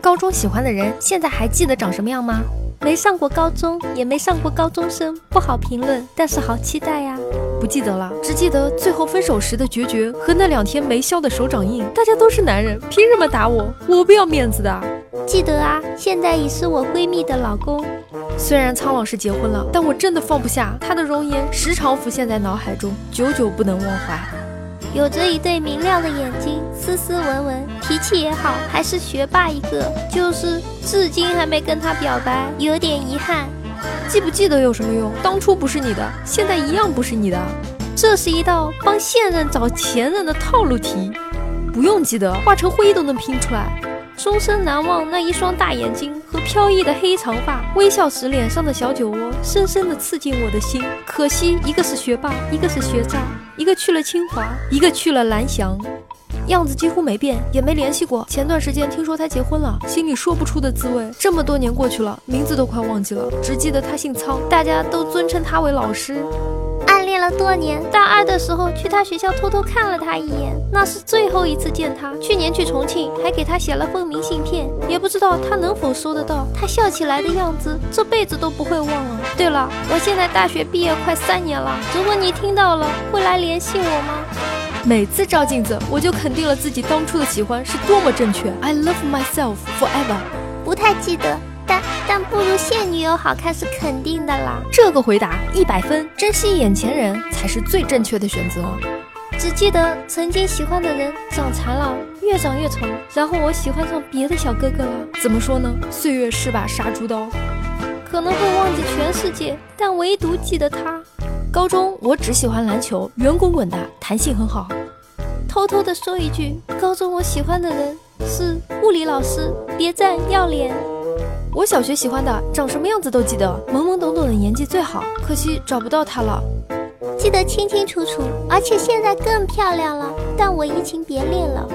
高中喜欢的人，现在还记得长什么样吗？没上过高中，也没上过高中生，不好评论，但是好期待呀、不记得了，只记得最后分手时的决绝和那两天没消的手掌印。大家都是男人，凭什么打我？我不要面子的。记得啊，现在已是我闺蜜的老公。虽然苍老师结婚了，但我真的放不下他的容颜，时常浮现在脑海中，久久不能忘怀。有着一对明亮的眼睛，斯斯文文，脾气也好，还是学霸一个。就是至今还没跟他表白，有点遗憾。记不记得有什么用？当初不是你的，现在一样不是你的。啊这是一道帮现任找找前任的套路题，不用记得，化成灰都能拼出来。终身难忘那一双大眼睛和飘逸的黑长发。微笑时脸上的小酒窝，深深的刺进我的心。可惜，一个是学霸，一个是学渣，一个去了清华，一个去了蓝翔，样子几乎没变，也没联系过。前段时间听说他结婚了，心里说不出的滋味。这么多年过去了，名字都快忘记了，只记得他姓苍，大家都尊称他为老师。暗恋了多年，大二的时候去他学校偷偷看了他一眼，那是最后一次见他。去年去重庆，还给他写了封明信片，也不知道他能否收得到。他笑起来的样子，这辈子都不会忘了。对了，我现在大学毕业快三年了，如果你听到了，会来联系我吗？每次照镜子，我就肯定了自己当初的喜欢是多么正确。I love myself forever。不太记得，但但不如现女友好看是肯定的啦。这个回答一百分，珍惜眼前人才是最正确的选择。只记得曾经喜欢的人长残了，越长越丑，然后我喜欢上别的小哥哥了。怎么说呢？岁月是把杀猪刀。可能会忘记全世界，但唯独记得他。高中我只喜欢篮球，圆滚滚的，弹性很好。偷偷的说一句，高中我喜欢的人是物理老师，别占要脸。我小学喜欢的，长什么样子都记得，懵懵懂懂的年纪最好。可惜找不到他了。记得清清楚楚，而且现在更漂亮了。但我移情别恋了，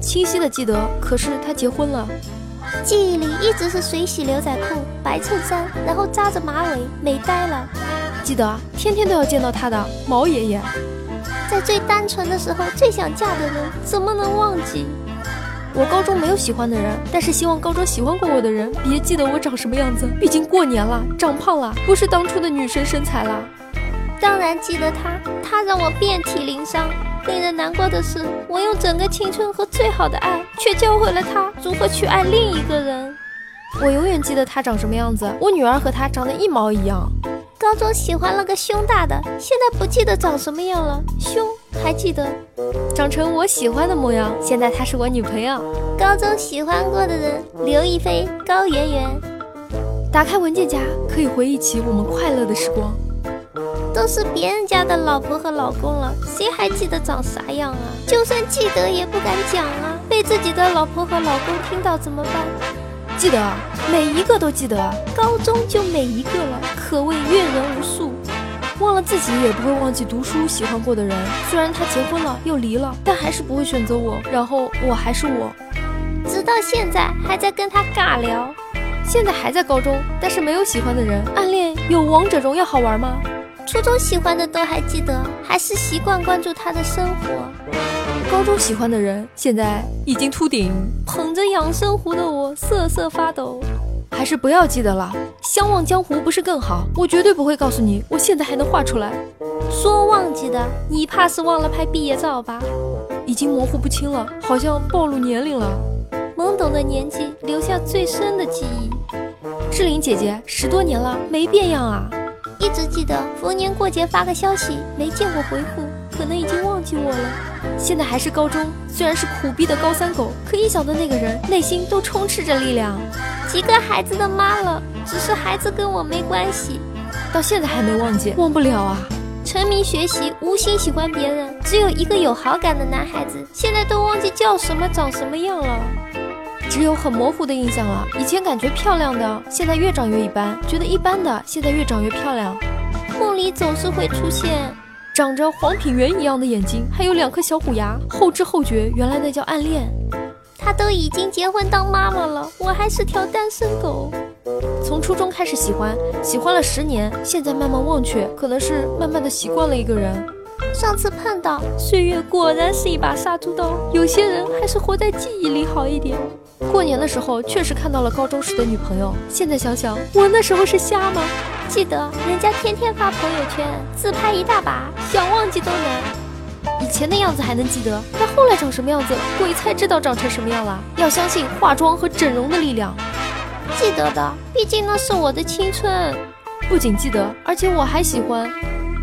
清晰的记得，可是他结婚了。记忆里一直是水洗牛仔裤、白衬衫，然后扎着马尾，美呆了。记得啊天天都要见到他的毛爷爷。在最单纯的时候，最想嫁的人，怎么能忘记？我高中没有喜欢的人，但是希望高中喜欢过我的人别记得我长什么样子，毕竟过年了，长胖了，不是当初的女神身材了。当然记得他，他让我遍体鳞伤。令人难过的是，我用整个青春和最好的爱，却教会了他如何去爱另一个人。我永远记得他长什么样子，我女儿和他长得一毛一样。高中喜欢了个胸大的，现在不记得长什么样了，胸还记得。长成我喜欢的模样。现在她是我女朋友。高中喜欢过的人，刘亦菲、高圆圆，打开文件夹，可以回忆起我们快乐的时光。都是别人家的老婆和老公了，谁还记得长啥样啊？就算记得也不敢讲啊，被自己的老婆和老公听到怎么办？记得啊，每一个都记得啊，高中就每一个了，可谓阅人无数。忘了自己也不会忘记读书喜欢过的人。虽然他结婚了又离了，但还是不会选择我，然后我还是我。直到现在还在跟他尬聊。现在还在高中，但是没有喜欢的人。暗恋有王者荣耀好玩吗？初中喜欢的都还记得，还是习惯关注他的生活。高中喜欢的人现在已经秃顶，捧着养生壶的我瑟瑟发抖。还是不要记得了。相忘江湖不是更好？我绝对不会告诉你，我现在还能画出来。说忘记的，你怕是忘了拍毕业照吧？已经模糊不清了，好像暴露年龄了。懵懂的年纪留下最深的记忆，志玲姐姐十多年了，没变样啊。一直记得逢年过节发个消息，没见过回复，可能已经忘记我了。现在还是高中，虽然是苦逼的高三狗，可一想到那个人，内心都充斥着力量。几个孩子的妈了，只是孩子跟我没关系。到现在还没忘记，忘不了啊。沉迷学习，无心喜欢别人，只有一个有好感的男孩子，现在都忘记叫什么长什么样了。只有很模糊的印象了。以前感觉漂亮的，现在越长越一般；觉得一般的，现在越长越漂亮。梦里总是会出现，长着黄品源一样的眼睛，还有两颗小虎牙，后知后觉，原来那叫暗恋。她都已经结婚当妈妈了，我还是条单身狗。从初中开始喜欢，喜欢了十年，现在慢慢忘却，可能是慢慢的习惯了一个人。上次碰到，岁月果然是一把杀猪刀，有些人还是活在记忆里好一点。过年的时候确实看到了高中时的女朋友，现在想想，我那时候是瞎吗？记得人家天天发朋友圈，自拍一大把，想忘记都难。以前的样子还能记得，那后来长什么样子，鬼才知道长成什么样了。要相信化妆和整容的力量。记得的，毕竟那是我的青春。不仅记得，而且我还喜欢。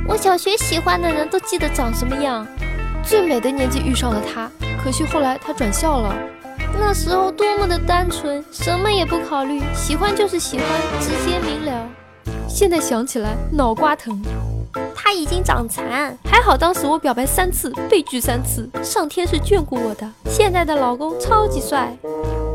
我小学喜欢的人都记得长什么样。最美的年纪遇上了他，可惜后来他转校了。那时候多么的单纯，什么也不考虑，喜欢就是喜欢，直接明了。现在想起来脑瓜疼。他已经长残，还好当时我表白三次被拒三次，上天是眷顾我的。现在的老公超级帅，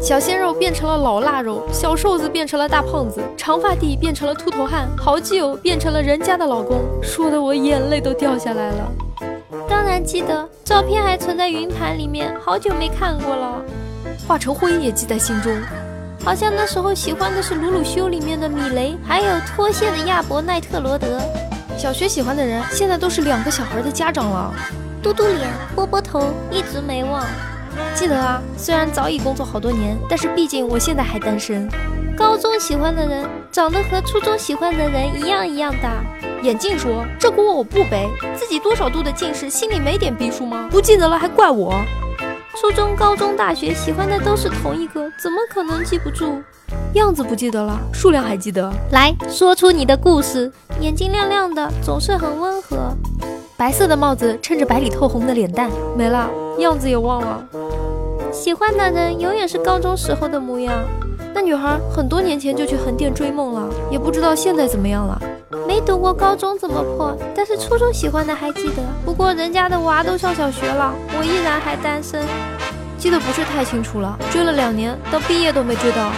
小鲜肉变成了老腊肉，小瘦子变成了大胖子，长发弟变成了秃头汉，好基友变成了人家的老公，说的我眼泪都掉下来了。当然记得，照片还存在云盘里面，好久没看过了。化成灰也记在心中。好像那时候喜欢的是《鲁鲁修》里面的米雷，还有脱线的亚伯奈特罗德。小学喜欢的人，现在都是两个小孩的家长了。嘟嘟脸，波波头，一直没忘。记得啊，虽然早已工作好多年，但是毕竟我现在还单身。高中喜欢的人，长得和初中喜欢的人一样一样大。眼镜说：“这锅我不背，自己多少度的近视，心里没点逼数吗？不记得了还怪我。”初中、高中、大学喜欢的都是同一个，怎么可能记不住？样子不记得了，数量还记得。来说出你的故事。眼睛亮亮的，总是很温和。白色的帽子衬着白里透红的脸蛋，没了，样子也忘了。喜欢的人永远是高中时候的模样。那女孩很多年前就去横店追梦了，也不知道现在怎么样了。没读过高中怎么破？但是初中喜欢的还记得。不过人家的娃都上小学了，我依然还单身。记得不是太清楚了，追了两年，到毕业都没追到。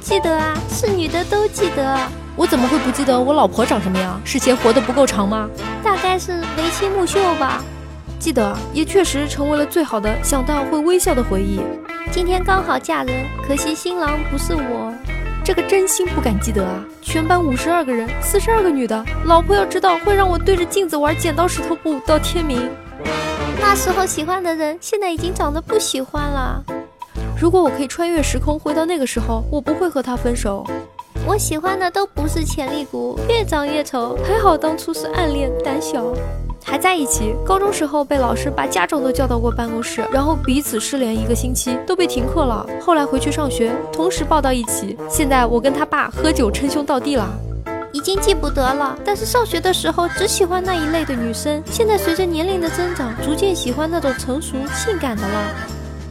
记得啊，是女的都记得。我怎么会不记得我老婆长什么样？是嫌活得不够长吗？大概是眉清目秀吧。记得，也确实成为了最好的，想到会微笑的回忆。今天刚好嫁人，可惜新郎不是我。这个真心不敢记得啊！全班五十二个人，四十二个女的，老婆要知道会让我对着镜子玩剪刀石头布到天明。那时候喜欢的人，现在已经长得不喜欢了。如果我可以穿越时空回到那个时候，我不会和他分手。我喜欢的都不是潜力股，越长越丑。还好当初是暗恋，胆小。还在一起，高中时候被老师把家长都叫到过办公室，然后彼此失联一个星期，都被停课了。后来回去上学，同时报到一起。现在我跟他爸喝酒称兄道弟了，已经记不得了。但是上学的时候只喜欢那一类的女生，现在随着年龄的增长，逐渐喜欢那种成熟性感的了。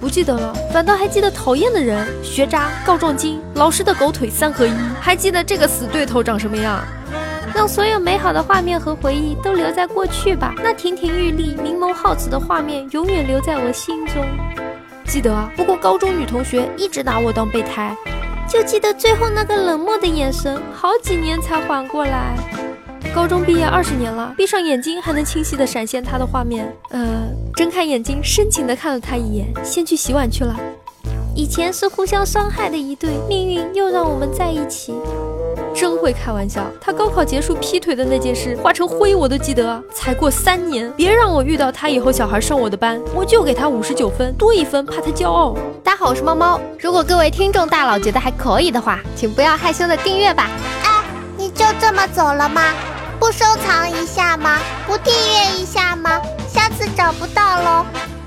不记得了，反倒还记得讨厌的人，学渣、告状精、老师的狗腿三合一，还记得这个死对头长什么样。让所有美好的画面和回忆都留在过去吧，那亭亭玉立、明眸皓齿的画面永远留在我心中。记得啊，不过高中女同学一直拿我当备胎，就记得最后那个冷漠的眼神，好几年才缓过来。高中毕业二十年了，闭上眼睛还能清晰的闪现她的画面。呃，睁开眼睛，深情的看了她一眼，先去洗碗去了。以前是互相伤害的一对，命运又让我们在一起。真会开玩笑！他高考结束劈腿的那件事，化成灰我都记得、啊。才过三年，别让我遇到他以后，小孩上我的班，我就给他五十九分，多一分怕他骄傲。大家好，我是猫猫。如果各位听众大佬觉得还可以的话，请不要害羞的订阅吧。哎，你就这么走了吗？不收藏一下吗？不订阅一下吗？下次找不到喽。